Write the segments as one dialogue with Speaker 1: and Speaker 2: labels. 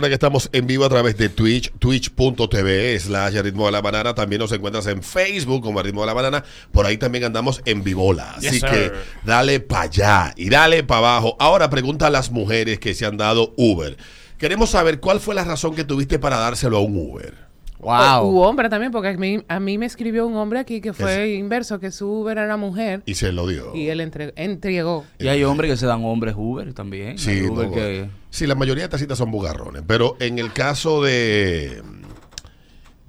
Speaker 1: Ahora que estamos en vivo a través de Twitch, twitch.tv slash ritmo de la banana. También nos encuentras en Facebook como ritmo de la banana. Por ahí también andamos en Vivola. Así
Speaker 2: Yes, sir.
Speaker 1: que dale para allá y dale para abajo. Ahora pregunta a las mujeres que se han dado Uber. Queremos saber cuál fue la razón que tuviste para dárselo a un Uber.
Speaker 3: O- U
Speaker 2: Wow.
Speaker 3: hombre también, porque a mí, a mí me escribió un hombre aquí que fue inverso, que su Uber era mujer
Speaker 1: Y se lo dio.
Speaker 3: y él entre- entregó.
Speaker 2: Y hay hombres que se dan hombres Uber también.
Speaker 1: Sí,
Speaker 2: Hay Uber
Speaker 1: no, eh.
Speaker 2: que...
Speaker 1: sí, la mayoría de tacitas son bugarrones, pero en el caso de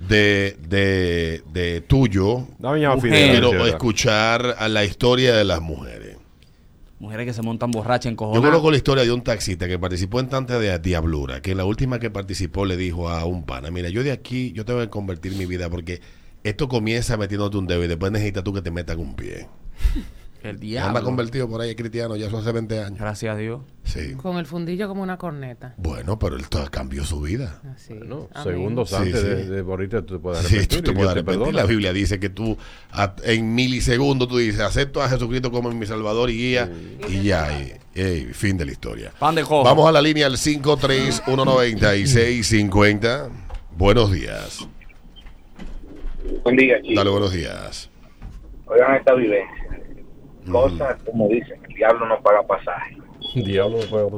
Speaker 1: de, de, de tuyo,
Speaker 4: Dame ya,
Speaker 2: Mujer.
Speaker 4: Fidel,
Speaker 1: quiero
Speaker 4: Fidel.
Speaker 1: escuchar a la historia de las mujeres.
Speaker 2: Mujeres que se montan borrachas en
Speaker 1: Yo
Speaker 2: cojones.
Speaker 1: conozco la historia de un taxista que participó en tanta de diablura, que la última que participó le dijo a un pana, mira, yo de aquí, yo te voy a convertir mi vida porque esto comienza metiéndote un dedo y después necesitas tú que te metan un pie.
Speaker 2: El
Speaker 1: Ya anda
Speaker 2: diablo.
Speaker 1: convertido por ahí, es cristiano, ya eso hace 20 años.
Speaker 2: Gracias a Dios.
Speaker 1: Sí.
Speaker 3: Con el fundillo como una corneta.
Speaker 1: Bueno, pero él to- cambió su vida.
Speaker 3: Así.
Speaker 4: No,
Speaker 3: Amén.
Speaker 4: segundos
Speaker 1: Sí,
Speaker 4: antes
Speaker 1: sí.
Speaker 4: de, de morirte, tú te puedes
Speaker 1: Sí,
Speaker 4: arrepentir.
Speaker 1: tú
Speaker 4: y
Speaker 1: te
Speaker 4: Dios
Speaker 1: puedes
Speaker 4: te
Speaker 1: arrepentir.
Speaker 4: perdona.
Speaker 1: La Biblia dice que tú a- en milisegundos tú dices, acepto a Jesucristo como mi Salvador y guía y ya, y- ey, fin de la historia.
Speaker 2: Pan de cojo.
Speaker 1: Vamos a la línea al 5319650. Buenos días.
Speaker 5: Buen día, chicos.
Speaker 1: Dale buenos días.
Speaker 5: Oigan esta vivencia. Cosas, como dicen, el diablo no paga pasaje.
Speaker 4: Diablo, me puede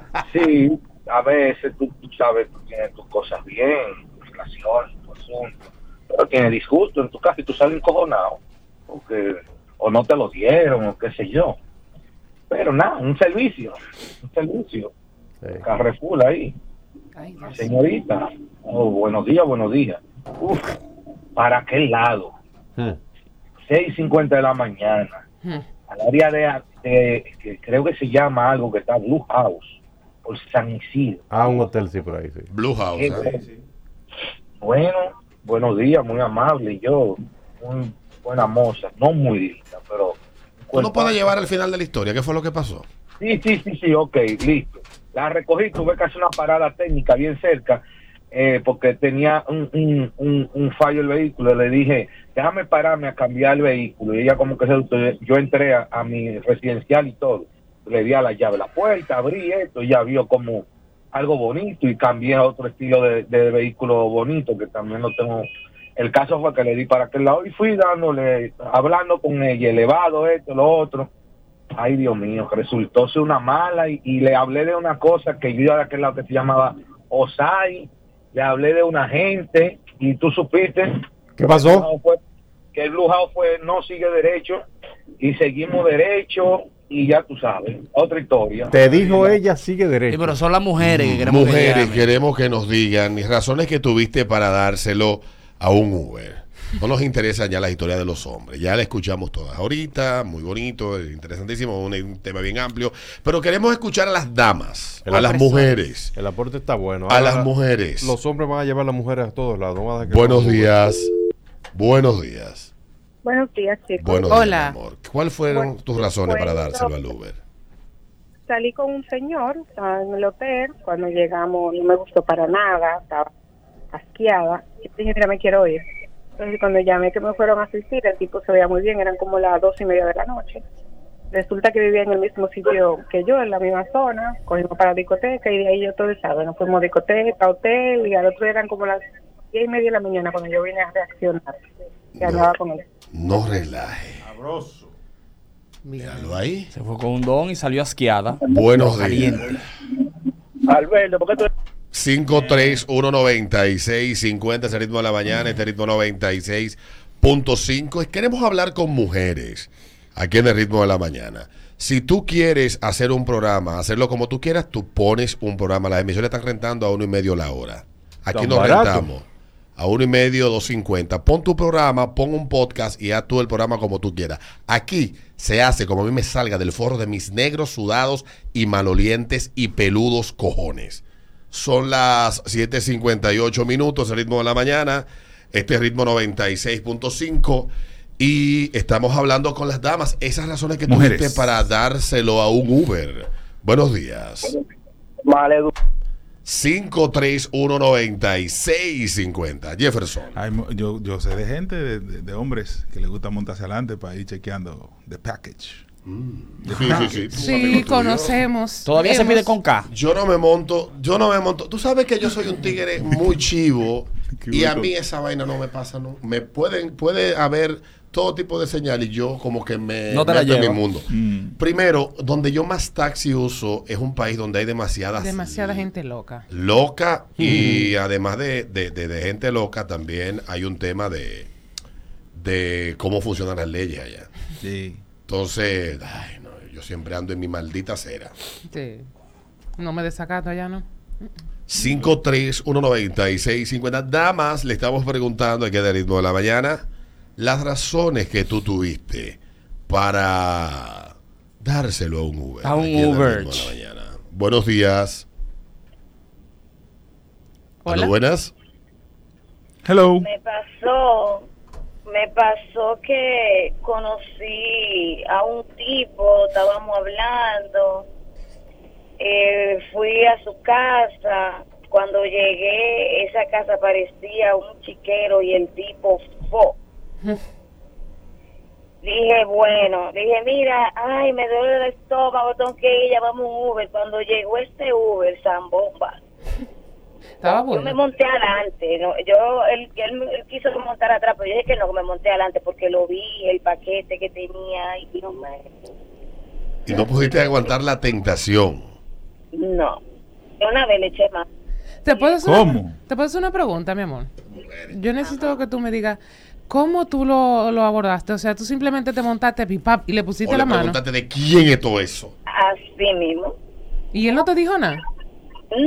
Speaker 4: pasar.
Speaker 5: Sí, a veces tú, tú sabes, tú tienes tus cosas bien, tu relación, tu asunto, pero tienes disgusto en tu casa y tú sales encojonado, porque, o no te lo dieron, o qué sé yo. Pero nada, un servicio, un servicio.
Speaker 4: Sí.
Speaker 5: Carrefour ahí.
Speaker 3: Ay, Dios.
Speaker 5: Señorita, oh, buenos días, buenos días. Uf, ¿para aquel lado?
Speaker 4: Hmm.
Speaker 5: 6.50 de la mañana.
Speaker 3: Hmm.
Speaker 5: al área de, de- que creo que se llama algo que está Blue House por San Isidro.
Speaker 4: Ah, un hotel sí por ahí, sí.
Speaker 1: Blue House.
Speaker 5: Qué
Speaker 1: ¿eh?
Speaker 5: bueno. Bueno, buenos días, muy amable. Yo, muy buena moza, no muy lista, pero.
Speaker 1: Tú no puedes llevar al final de la historia. ¿Qué fue lo que pasó?
Speaker 5: Sí, sí, sí, sí, ok, listo. La recogí, tuve que hacer una parada técnica bien cerca, eh, porque tenía un, un- un- un fallo el vehículo. Le dije, déjame pararme a cambiar el vehículo. Y ella como que se asustó. yo entré a, a mi residencial y todo. Le di a la llave la puerta, abrí esto, ya vio como algo bonito y cambié a otro estilo de, de vehículo bonito, que también no tengo... El caso fue que le di para aquel lado y fui dándole, hablando con ella, elevado esto, lo otro ay Dios mío, resultó ser una mala y, y le hablé de una cosa que yo de aquel lado que se llamaba Osai, le hablé de una gente y tú supiste
Speaker 4: ¿Qué pasó?
Speaker 5: fue- que el Blue House fue no sigue derecho y seguimos derecho y ya tú sabes, otra historia.
Speaker 4: Te dijo ella, sigue
Speaker 2: Sí,
Speaker 4: derecho.
Speaker 2: pero son las mujeres que queremos que
Speaker 1: Mujeres,
Speaker 2: llamen.
Speaker 1: queremos que nos digan mis razones que tuviste para dárselo a un Uber. No nos interesan ya las historias de los hombres. Ya la escuchamos todas ahorita, muy bonito, eh, interesantísimo, un, un tema bien amplio. Pero queremos escuchar a las damas,
Speaker 4: El
Speaker 1: a las
Speaker 4: apresor.
Speaker 1: mujeres,
Speaker 4: El aporte está bueno.
Speaker 1: a
Speaker 4: Ahora,
Speaker 2: Ah,
Speaker 1: las mujeres.
Speaker 4: Los hombres van a llevar a las mujeres a todos lados. no van a dejar que-
Speaker 1: Buenos días, buenos días,
Speaker 6: Buenos días, chicos.
Speaker 1: buenos
Speaker 3: Hola.
Speaker 1: días, mi amor. ¿Cuáles fueron
Speaker 6: Bueno,
Speaker 1: tus razones para
Speaker 6: bueno.
Speaker 1: dárselo al Uber?
Speaker 6: Salí con un señor, estaba en el hotel. Cuando llegamos, no me gustó para nada, estaba asqueada. Y dije, mira, me quiero ir. Entonces, cuando llamé que me fueron a asistir, el tipo se veía muy bien, eran como las dos y media de la noche. Resulta que vivía en el mismo sitio que yo, en la misma zona. Cogimos para la discoteca y de ahí yo todo el sábado. Nos fuimos a discoteca, hotel, y al otro día eran como las diez y media de la mañana cuando yo vine a reaccionar. Y
Speaker 1: No.
Speaker 6: andaba con él.
Speaker 1: No relaje.
Speaker 3: Mira.
Speaker 1: Míralo ahí.
Speaker 2: Se fue con un don y salió asqueada.
Speaker 1: Buenos días.
Speaker 2: Caliente.
Speaker 5: Alberto, ¿por qué tú
Speaker 1: 5319650 ese ritmo de la mañana, este ritmo 96.5. Es- Queremos hablar con mujeres aquí en el ritmo de la mañana. Si tú quieres hacer un programa, hacerlo como tú quieras, tú pones un programa. Las emisiones están rentando a uno y medio la hora. Aquí
Speaker 4: Tan
Speaker 1: nos
Speaker 4: barato.
Speaker 1: rentamos a uno y medio, dos cincuenta. Pon tu programa, pon un podcast y haz tú el programa como tú quieras. Aquí se hace como a mí me salga del forro de mis negros sudados y malolientes y peludos cojones. Son las 7.58 minutos, el ritmo de la mañana, este ritmo 96.5 y estamos hablando con las damas, esas razones que
Speaker 2: Mujeres.
Speaker 1: tuviste para dárselo a un Uber. Buenos días.
Speaker 5: maleducado?
Speaker 1: 5319650. Jefferson.
Speaker 7: Hay mo- yo, yo sé de gente, de, de- de hombres, que les gusta montarse adelante para ir chequeando the package.
Speaker 1: Sí, sí, sí. tú, amigo
Speaker 3: Sí,
Speaker 1: tuyo.
Speaker 3: conocemos.
Speaker 2: Todavía se
Speaker 3: Hemos-
Speaker 2: pide con K.
Speaker 1: Yo no me monto, yo no me monto. Tú sabes que yo soy un tigre muy chivo y a mí esa vaina no me pasa, ¿no? Me pueden, puede haber todo tipo de señal y yo como que me
Speaker 2: No te la
Speaker 1: meto en
Speaker 2: lleva.
Speaker 1: mi mundo. Primero, donde yo más taxi uso es un país donde hay demasiadas
Speaker 3: Demasiada gente loca.
Speaker 1: loca y además de, de- de- de gente loca también hay un tema de, de cómo funcionan las leyes allá.
Speaker 7: Sí.
Speaker 1: Entonces, ay, no, yo siempre ando en mi maldita acera.
Speaker 3: Sí. No me desacato allá, ¿no?
Speaker 1: 5319650. Damas, le estamos preguntando aquí de ritmo de la mañana las razones que tú tuviste para dárselo a un Uber.
Speaker 2: A un
Speaker 1: aquí en el
Speaker 2: Uber.
Speaker 1: ritmo de la mañana. Buenos días. Hola.
Speaker 3: Hola.
Speaker 1: buenas.
Speaker 7: Hello.
Speaker 8: Me pasó, me pasó que conocí a un tipo, estábamos hablando, eh, fui a su casa, cuando llegué esa casa parecía un chiquero y el tipo fo. Dije, bueno, dije, mira, ay, me duele el estómago, tengo que ir, llamamos un Uber. Cuando llegó este Uber, zambomba,
Speaker 3: Estaba
Speaker 8: yo me
Speaker 3: bueno.
Speaker 8: monté adelante, no, yo él, él, él quiso que me montara atrás, pero yo dije que no, que me monté adelante porque lo vi, el paquete que tenía y no me...
Speaker 1: Y no pudiste aguantar la tentación.
Speaker 8: No, Yo una vez le eché más.
Speaker 3: ¿Te puedo, hacer una-
Speaker 7: ¿Cómo?
Speaker 3: te puedo hacer una pregunta, mi amor. Yo necesito que tú me digas cómo tú lo, lo abordaste. O sea, tú simplemente te montaste pipap y le pusiste
Speaker 1: o
Speaker 3: la
Speaker 1: le
Speaker 3: mano.
Speaker 1: preguntaste de quién es todo eso.
Speaker 8: Así mismo.
Speaker 3: Y él no te dijo nada.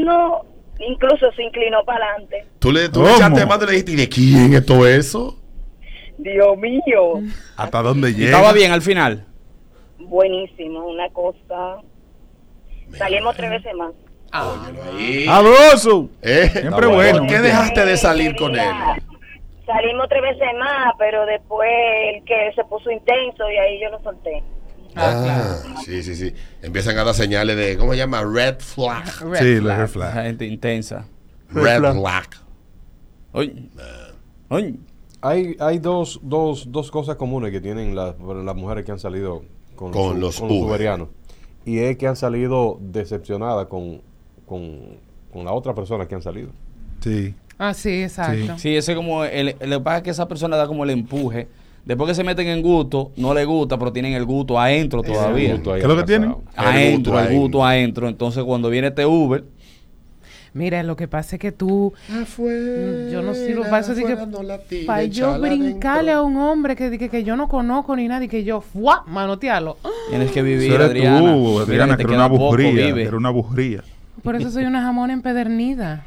Speaker 8: No, incluso se inclinó para adelante.
Speaker 1: Tú le, tú
Speaker 7: ¿Cómo?
Speaker 1: le echaste mano y le dijiste, ¿y de quién es todo eso?
Speaker 8: Dios mío,
Speaker 7: ¿Hasta dónde
Speaker 2: Y
Speaker 7: llega?
Speaker 2: Estaba bien al final.
Speaker 8: buenísimo, una cosa. Salimos tres veces más.
Speaker 1: Óyelo ahí.
Speaker 7: ¡Sabroso!
Speaker 1: ¿Eh?
Speaker 7: Ah, Siempre
Speaker 4: Ah,
Speaker 7: bueno.
Speaker 1: ¿Por qué dejaste de salir con él?
Speaker 8: Mira, Eh, Salimos tres veces más, pero después el que se puso intenso y ahí yo lo solté.
Speaker 3: Ah,
Speaker 1: Ah, sí, sí, sí. Empiezan a dar señales de, ¿cómo se llama? Red flag.
Speaker 3: Red
Speaker 7: Sí, la
Speaker 3: flag.
Speaker 7: red
Speaker 2: La
Speaker 7: flag.
Speaker 2: gente intensa.
Speaker 1: Red
Speaker 7: Red flag.
Speaker 1: flag.
Speaker 2: Oye. Oye.
Speaker 4: Hay, hay dos, dos, dos cosas comunes que tienen las, las mujeres que han salido con,
Speaker 1: Con los
Speaker 4: con
Speaker 1: Uber.
Speaker 4: uberianos. Y es que han salido decepcionadas con, con, con la otra persona que han salido.
Speaker 7: Sí.
Speaker 3: Ah, sí, exacto.
Speaker 2: Sí, ese como el, el- lo que pasa es que esa persona da como el empuje. Después que se meten en gusto, no le gusta, pero tienen el gusto adentro todavía.
Speaker 4: Justo ahí
Speaker 7: ¿Qué es lo que
Speaker 4: atrasado.
Speaker 7: tienen?
Speaker 2: Adentro,
Speaker 1: El gusto
Speaker 2: el
Speaker 1: ahí.
Speaker 2: gusto adentro. Entonces cuando viene este Uber,
Speaker 3: Mira, lo que pasa es que tú, Mm, yo no sirvo para eso. dije, para yo brincarle a un hombre que, que, que yo no conozco ni nadie, que yo, ¡fua! manotearlo. ¡Ah!
Speaker 2: tienes que vivir,
Speaker 7: Eso eres
Speaker 2: Adriana.
Speaker 7: tú,
Speaker 2: Mira, te
Speaker 7: Adriana, que era
Speaker 2: queda
Speaker 7: una
Speaker 2: poco,
Speaker 7: burría.
Speaker 2: vive.
Speaker 7: Era una burría.
Speaker 3: Por eso soy una jamona empedernida.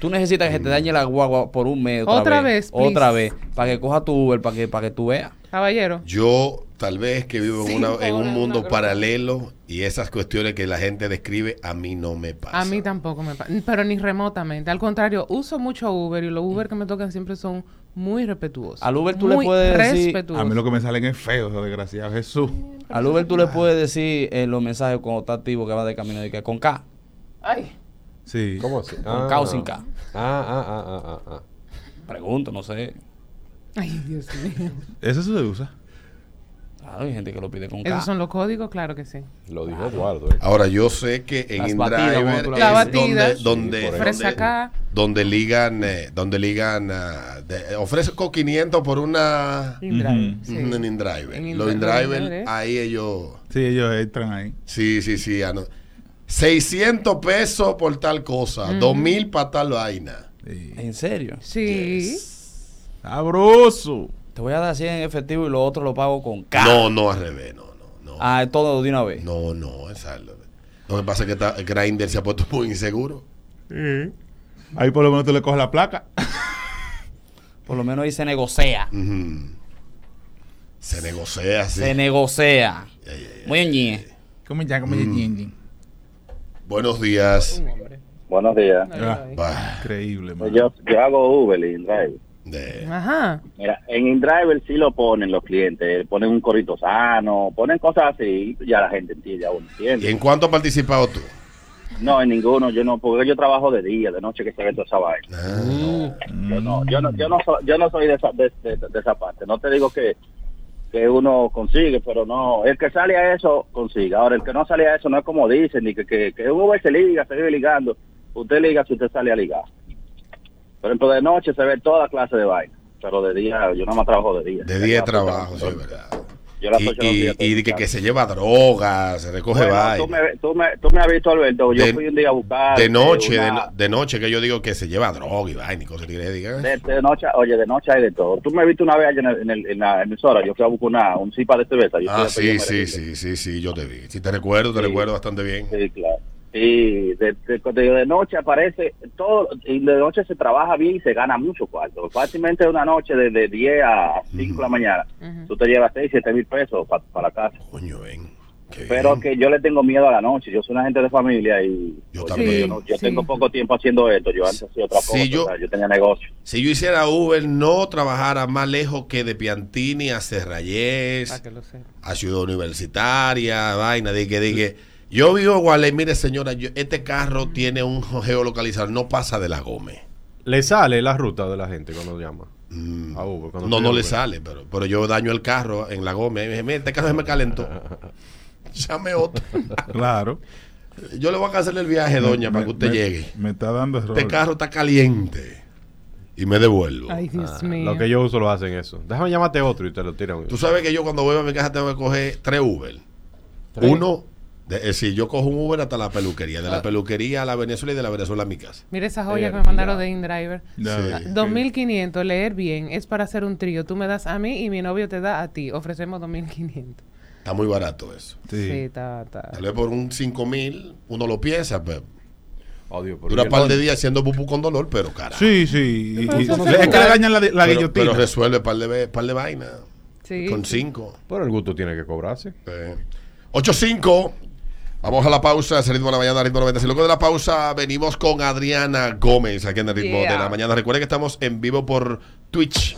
Speaker 2: Tú necesitas que te dañe la guagua por un mes. Otra,
Speaker 3: Otra
Speaker 2: vez.
Speaker 3: vez, please.
Speaker 2: otra vez. Para que coja tu Uber, para que, para que tú veas.
Speaker 3: Caballero.
Speaker 1: Yo, tal vez que vivo en,
Speaker 3: Sí,
Speaker 1: una- en
Speaker 3: pobre,
Speaker 1: un
Speaker 3: no
Speaker 1: mundo
Speaker 3: creo.
Speaker 1: paralelo y esas cuestiones que la gente describe, a mí no me pasa.
Speaker 3: A mí tampoco me pasa, pero ni remotamente. Al contrario, uso mucho Uber y los Uber que me tocan siempre son muy respetuosos.
Speaker 2: Al Uber tú le
Speaker 3: Muy
Speaker 2: puedes decir-
Speaker 3: respetuosos.
Speaker 7: A mí lo que me salen es feo, esos desgraciados. Jesús.
Speaker 2: Al Uber tú le
Speaker 7: Ah.
Speaker 2: puedes decir eh, los mensajes cuando está activo que va de camino de que con K.
Speaker 3: Ay,
Speaker 7: Sí.
Speaker 4: ¿Cómo así?
Speaker 2: Con K o sin K.
Speaker 4: Ah, ah, ah, ah, ah, ah.
Speaker 2: Pregunto, no sé.
Speaker 3: ay, Dios mío.
Speaker 7: Eso se usa.
Speaker 2: Claro, hay gente que lo pide con K.
Speaker 3: ¿Esos son los códigos? Claro que sí.
Speaker 4: Lo dijo Eduardo. eh.
Speaker 1: Ahora, yo sé que en
Speaker 2: Las batidas,
Speaker 1: InDriver
Speaker 2: cuando tú
Speaker 1: es
Speaker 3: la
Speaker 1: donde,
Speaker 3: ves.
Speaker 1: donde,
Speaker 3: Batidas.
Speaker 4: Sí, por ahí.
Speaker 1: donde,
Speaker 3: Fresa acá.
Speaker 1: donde ligan, eh, donde ligan, ah, de- ofrezco 500 por una,
Speaker 3: InDrive,
Speaker 7: Ujú.
Speaker 3: sí.
Speaker 1: un InDriver.
Speaker 3: En
Speaker 1: Los
Speaker 3: InDrive,
Speaker 1: InDriver,
Speaker 3: ¿eh?
Speaker 1: ahí ellos...
Speaker 7: Sí, ellos entran ahí.
Speaker 1: Sí, sí, sí. ano- 600 pesos por tal cosa, 2000 para tal vaina.
Speaker 7: Sí.
Speaker 2: ¿En serio?
Speaker 3: Sí.
Speaker 7: ¡Sabroso!
Speaker 2: Te voy a dar 100 en efectivo y lo otro lo pago con K.
Speaker 1: No, no, al revés, no, no, no.
Speaker 2: Ah, es todo de una vez.
Speaker 1: No, no, esa es la- Lo que pasa es que está, Grindr se ha puesto muy inseguro.
Speaker 7: Ahí por lo menos tú le coges la placa.
Speaker 2: Por lo menos ahí se negocia.
Speaker 1: Ujú. Se negocia así.
Speaker 2: Se negocia.
Speaker 1: Ay, ay, ay.
Speaker 2: Muy ñe.
Speaker 7: ¿Cómo ya? ¿Cómo
Speaker 1: Buenos días.
Speaker 3: Un hombre.
Speaker 9: Buenos días.
Speaker 2: Ah.
Speaker 3: Ahí lo doy.
Speaker 1: Bah,
Speaker 7: Increíble,
Speaker 1: Pues
Speaker 7: man.
Speaker 9: Pues Yo, yo hago Uber y InDrive.
Speaker 1: de-
Speaker 3: Ajá.
Speaker 9: Mira, en InDrive sí lo ponen los clientes, ponen un corrito sano, ponen cosas así, y ya la gente entiende, ya uno
Speaker 1: ¿Y
Speaker 9: entiende.
Speaker 1: en cuánto has participado tú?
Speaker 9: No, en ninguno, yo no, porque yo trabajo de día, de noche que se ve toda esa vaina.
Speaker 1: Ah,
Speaker 9: Yo no, yo no, yo no, so- yo no soy de esa, de, de- de esa parte. No te digo que
Speaker 8: que uno consigue, pero no, el que sale a eso consigue. Ahora, el que no sale a eso no es como dicen, ni que, que, que uno se liga, se vive ligando. Usted liga si usted sale a ligar. Por ejemplo, de noche se ve toda clase de vaina, pero de día, yo no más trabajo de día.
Speaker 1: De 10 trabajos, sí, es verdad.
Speaker 8: Yo a las
Speaker 1: Y,
Speaker 8: ocho de la
Speaker 1: y-
Speaker 8: noche estoy
Speaker 1: y
Speaker 8: en
Speaker 1: de que,
Speaker 8: casa.
Speaker 1: que se lleva drogas, se recoge
Speaker 8: Bueno,
Speaker 1: vaina.
Speaker 8: tú, me, tú, me, tú me has visto, Alberto, yo
Speaker 1: De-
Speaker 8: fui un día a buscar...
Speaker 1: De noche,
Speaker 8: una-
Speaker 1: de, no- de noche que yo digo que se lleva droga y vaina y cosas que le digan.
Speaker 8: De, de noche, oye, de noche hay de todo. Tú me viste una vez allá en, el- en el- en la emisora, yo fui a buscar una, un cipa de cerveza. Yo
Speaker 1: Ah,
Speaker 8: fui a
Speaker 1: sí,
Speaker 8: pedir
Speaker 1: sí, sí, sí, sí, yo te vi. Si te recuerdo, te
Speaker 8: Sí.
Speaker 1: recuerdo bastante bien.
Speaker 8: merengue. Sí, claro. Y de, de- de- de noche aparece todo, y de noche se trabaja bien y se gana mucho cuarto. Fácilmente una noche de, de 10 a 5 de la mañana, tú te llevas 6, 7 mil pesos pa- para la casa.
Speaker 1: Coño, ven. Qué
Speaker 8: Pero
Speaker 1: bien.
Speaker 8: que yo le tengo miedo a la noche, yo soy una gente de familia y
Speaker 1: Yo
Speaker 8: oye,
Speaker 1: también.
Speaker 8: yo, no- yo
Speaker 3: Sí,
Speaker 8: tengo
Speaker 3: sí.
Speaker 8: poco tiempo haciendo esto, yo antes hacía otra
Speaker 1: Si
Speaker 8: cosa,
Speaker 1: yo-
Speaker 8: o sea, yo tenía negocio.
Speaker 1: Si yo hiciera Uber, no trabajara más lejos que de Piantini a Cerrayés,
Speaker 3: Para Ah, que lo sepa.
Speaker 1: a Ciudad Universitaria, vaina, de que dije, yo vivo en Gualey, mire señora, yo- este carro tiene un geolocalizador, no pasa de la Gómez.
Speaker 4: ¿Le sale la ruta de la gente cuando llama?
Speaker 1: Mm.
Speaker 4: A Uber, cuando
Speaker 1: No,
Speaker 4: pide
Speaker 1: no le
Speaker 4: Uber.
Speaker 1: sale, pero, pero yo daño el carro en la Gómez. Y me dije, mire, este carro se me calentó. Llame otro.
Speaker 7: Claro.
Speaker 1: Yo le voy a cancelar el viaje, doña, para que usted
Speaker 7: me-
Speaker 1: llegue.
Speaker 7: Me está dando
Speaker 1: Este
Speaker 7: error.
Speaker 1: carro está caliente. Y me devuelvo.
Speaker 3: Ay, Dios
Speaker 4: Ah,
Speaker 3: mío.
Speaker 4: Lo que ellos uso lo hacen eso. Déjame llamarte otro y te lo tiran.
Speaker 1: Tú sabes que yo cuando voy a mi casa tengo que coger tres Uber. Uno, de- es decir, yo cojo un Uber hasta la peluquería. De
Speaker 4: Ah.
Speaker 1: la peluquería a la Venezuela y de la Venezuela a mi casa.
Speaker 3: Mira esa joya
Speaker 4: Eh,
Speaker 3: que me mandaron
Speaker 4: ya.
Speaker 3: de Ah, InDriver.
Speaker 7: Ya,
Speaker 4: eh,
Speaker 1: Sí.
Speaker 7: ya.
Speaker 3: 2500, leer bien, es para hacer un trío. Tú me das a mí y mi novio te da a ti. Ofrecemos 2500.
Speaker 1: Está muy barato eso.
Speaker 7: Sí.
Speaker 3: Sí, está, está.
Speaker 1: Tal vez por un 5 mil uno lo piensa, pero
Speaker 4: Odio, por
Speaker 1: dura un par de días haciendo pupu con dolor, pero carajo.
Speaker 7: Sí, sí. y- y-
Speaker 3: eso no
Speaker 7: es
Speaker 3: se
Speaker 7: que le
Speaker 3: puede.
Speaker 7: dañan la, la
Speaker 1: pero,
Speaker 7: guillotina.
Speaker 1: pero resuelve par de, ve- par de vainas.
Speaker 3: Sí.
Speaker 1: Con 5.
Speaker 4: Pero el gusto tiene que cobrarse.
Speaker 1: 8-5. Vamos a la pausa, es el ritmo de la mañana, ritmo 90. Luego de la pausa venimos con Adriana Gómez aquí en el ritmo
Speaker 3: Yeah.
Speaker 1: de la mañana. Recuerden que estamos en vivo por Twitch.